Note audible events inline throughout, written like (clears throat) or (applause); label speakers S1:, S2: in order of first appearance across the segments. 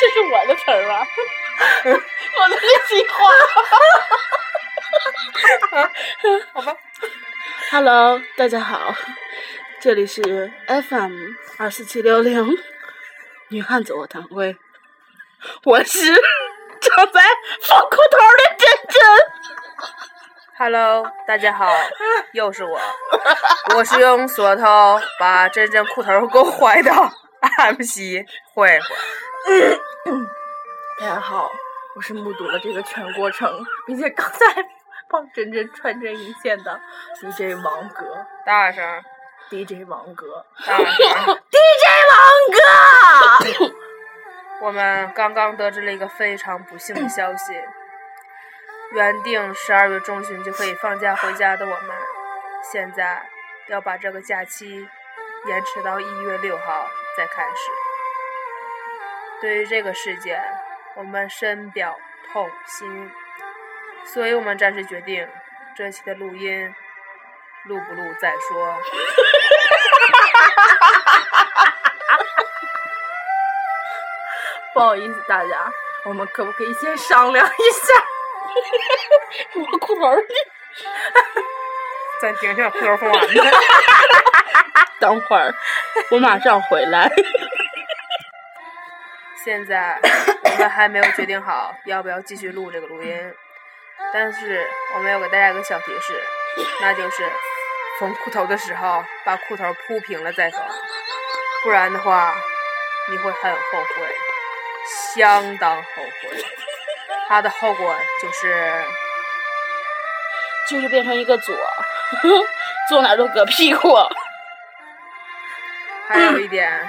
S1: 这是我的词儿吧？ (laughs) 我的那句
S2: (laughs)
S1: 话。
S3: 好吧。
S1: Hello，大家好，这里是 FM 二四七六零女汉子我堂会，我是正在放裤头的珍珍。
S3: Hello，大家好，又是我，我是用锁头把真真裤头给我坏的 (laughs) MC 慧慧。
S2: 大家好，我是目睹了这个全过程，并且刚才帮真真穿针引线的 DJ 王哥
S3: 大点声，
S2: ，DJ 王哥
S3: 大点声。
S1: (coughs)
S2: ，DJ 王哥，
S3: 我们刚刚得知了一个非常不幸的消息，原定十二月中旬就可以放假回家的我们，现在要把这个假期延迟到一月六号再开始。对于这个事件，我们深表痛心，所以我们暂时决定这期的录音录不录再说。
S2: 不好意思大家，我们可不可以先商量一下？
S1: 我裤头儿
S3: 暂停一下，裤头缝完了。
S1: 等会儿，我马上回来。
S3: 现在我们还没有决定好要不要继续录这个录音，但是我们要给大家一个小提示，那就是缝裤头的时候把裤头铺平了再缝，不然的话你会很后悔，相当后悔。它的后果就是
S1: (laughs) 就是变成一个左， (laughs) 坐哪儿都搁屁股。 (laughs)
S3: 还有一点，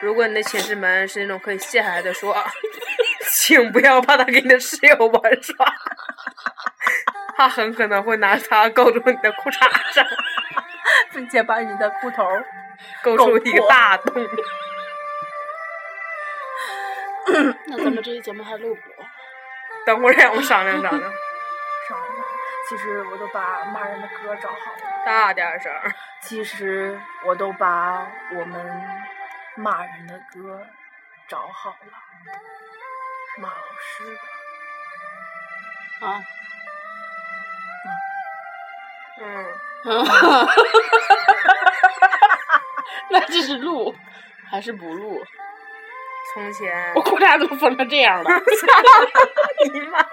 S3: 如果你的寝室门是那种可以卸下来的锁， (laughs) 请不要把它给你的室友玩耍，他很可能会拿它勾住你的裤衩上，
S2: 并且把你的裤头儿
S3: 勾出一个大洞。
S1: (coughs) 那咱们这期节目还录不？
S3: 等会儿让我们商量商量，
S2: 上一上。其实我都把骂人的歌找好了。
S3: 大点声儿。
S2: 其实我都把我们骂人的歌找好了，骂老师的。
S1: 啊，
S3: 嗯，
S1: 嗯 (laughs) 那这是录还是不录？
S3: 从前
S1: 我裤衩怎么缝成这样
S3: (laughs)
S1: 了？
S3: 你妈！哎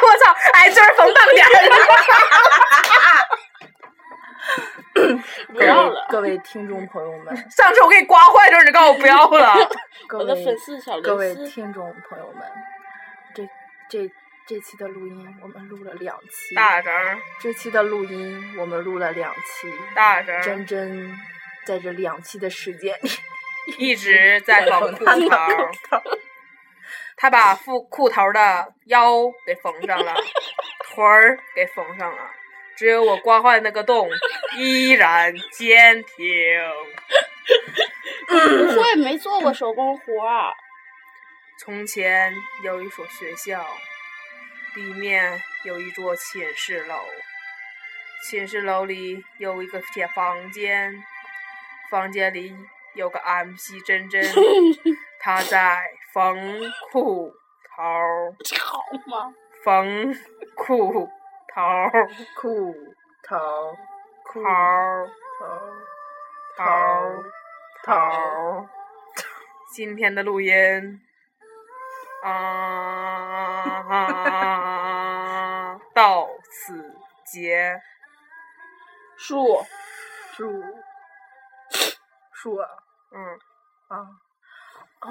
S3: 我操！哎，这儿缝半点儿。
S1: 不要了。
S2: 各位各位听众朋友
S1: (laughs)
S2: 们，
S3: 上次我给你刮坏的时候，你告诉我不要了。
S2: 各
S1: 我
S2: 位
S1: 的粉丝小
S2: 各
S1: 蕾
S2: 位
S1: 丝，
S2: 听众朋友们，这这这期的录音我们录了两期，
S3: 大点声儿，
S2: 这期的录音我们录了两期，
S3: 大点声
S2: 真
S3: 儿，
S2: 真在这两期的时间里
S3: 一直在缝裤
S2: 她的
S3: 头。
S2: 头
S3: 他把裤裤头的腰给缝上了，腿儿给缝上了，只有我刮坏那个洞依然坚挺。
S1: 不会没做过手工活儿，啊
S3: 从前有一所学校，里面有一座寝室楼，寝室楼里有一个铁房间，房间里有个 MC 珍 (laughs) 珍，她在缝裤头 (laughs) 儿，
S1: 好吗？
S3: 缝裤头儿，
S2: (laughs) 裤头
S3: 头儿。
S2: 头
S3: 桃儿桃儿， (laughs) 今天的录音啊，到此结
S1: 树， (laughs)
S2: 树树啊
S3: 嗯，
S2: 啊啊！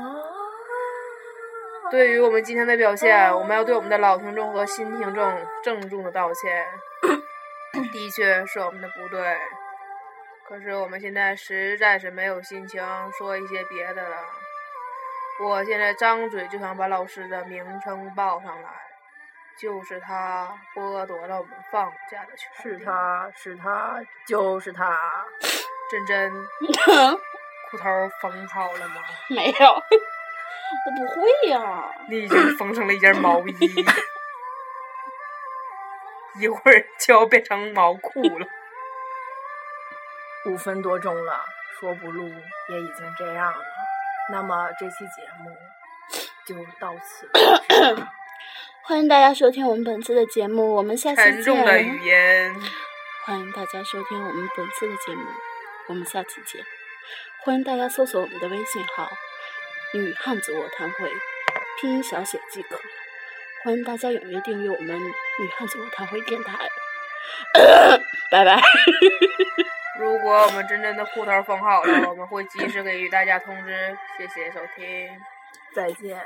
S3: 对于我们今天的表现，我们要对我们的老听众和新听众
S2: 嗯
S3: 郑重的道歉，
S2: (clears throat)
S3: 的确是我们的不对。可是我们现在实在是没有心情说一些别的了，我现在张嘴就想把老师的名称报上来，就是他剥夺了我们放假的权利。
S2: 是他是他就是他，
S3: 真真，裤头缝好了吗？
S1: 没有， (laughs) 我不会呀、
S3: 你已经缝成了一件毛衣，一会儿就要变成毛裤了。
S2: 五分多钟了，说不录也已经这样了。那么这期节目就到此为止。
S1: 欢迎大家收听我们本次的节目，我们下期
S3: 沉
S1: 见。
S3: 重的语言。
S1: 欢迎大家收听我们本次的节目，我们下期见。欢迎大家搜索我们的微信号“女汉子卧谈会”，拼音小写即可。欢迎大家踊跃订阅我们“女汉子卧谈会”电台。 (coughs) 拜拜。
S3: 如果我们真正的裤头缝好了，我们会及时给予大家通知。谢谢收听。
S2: 再见。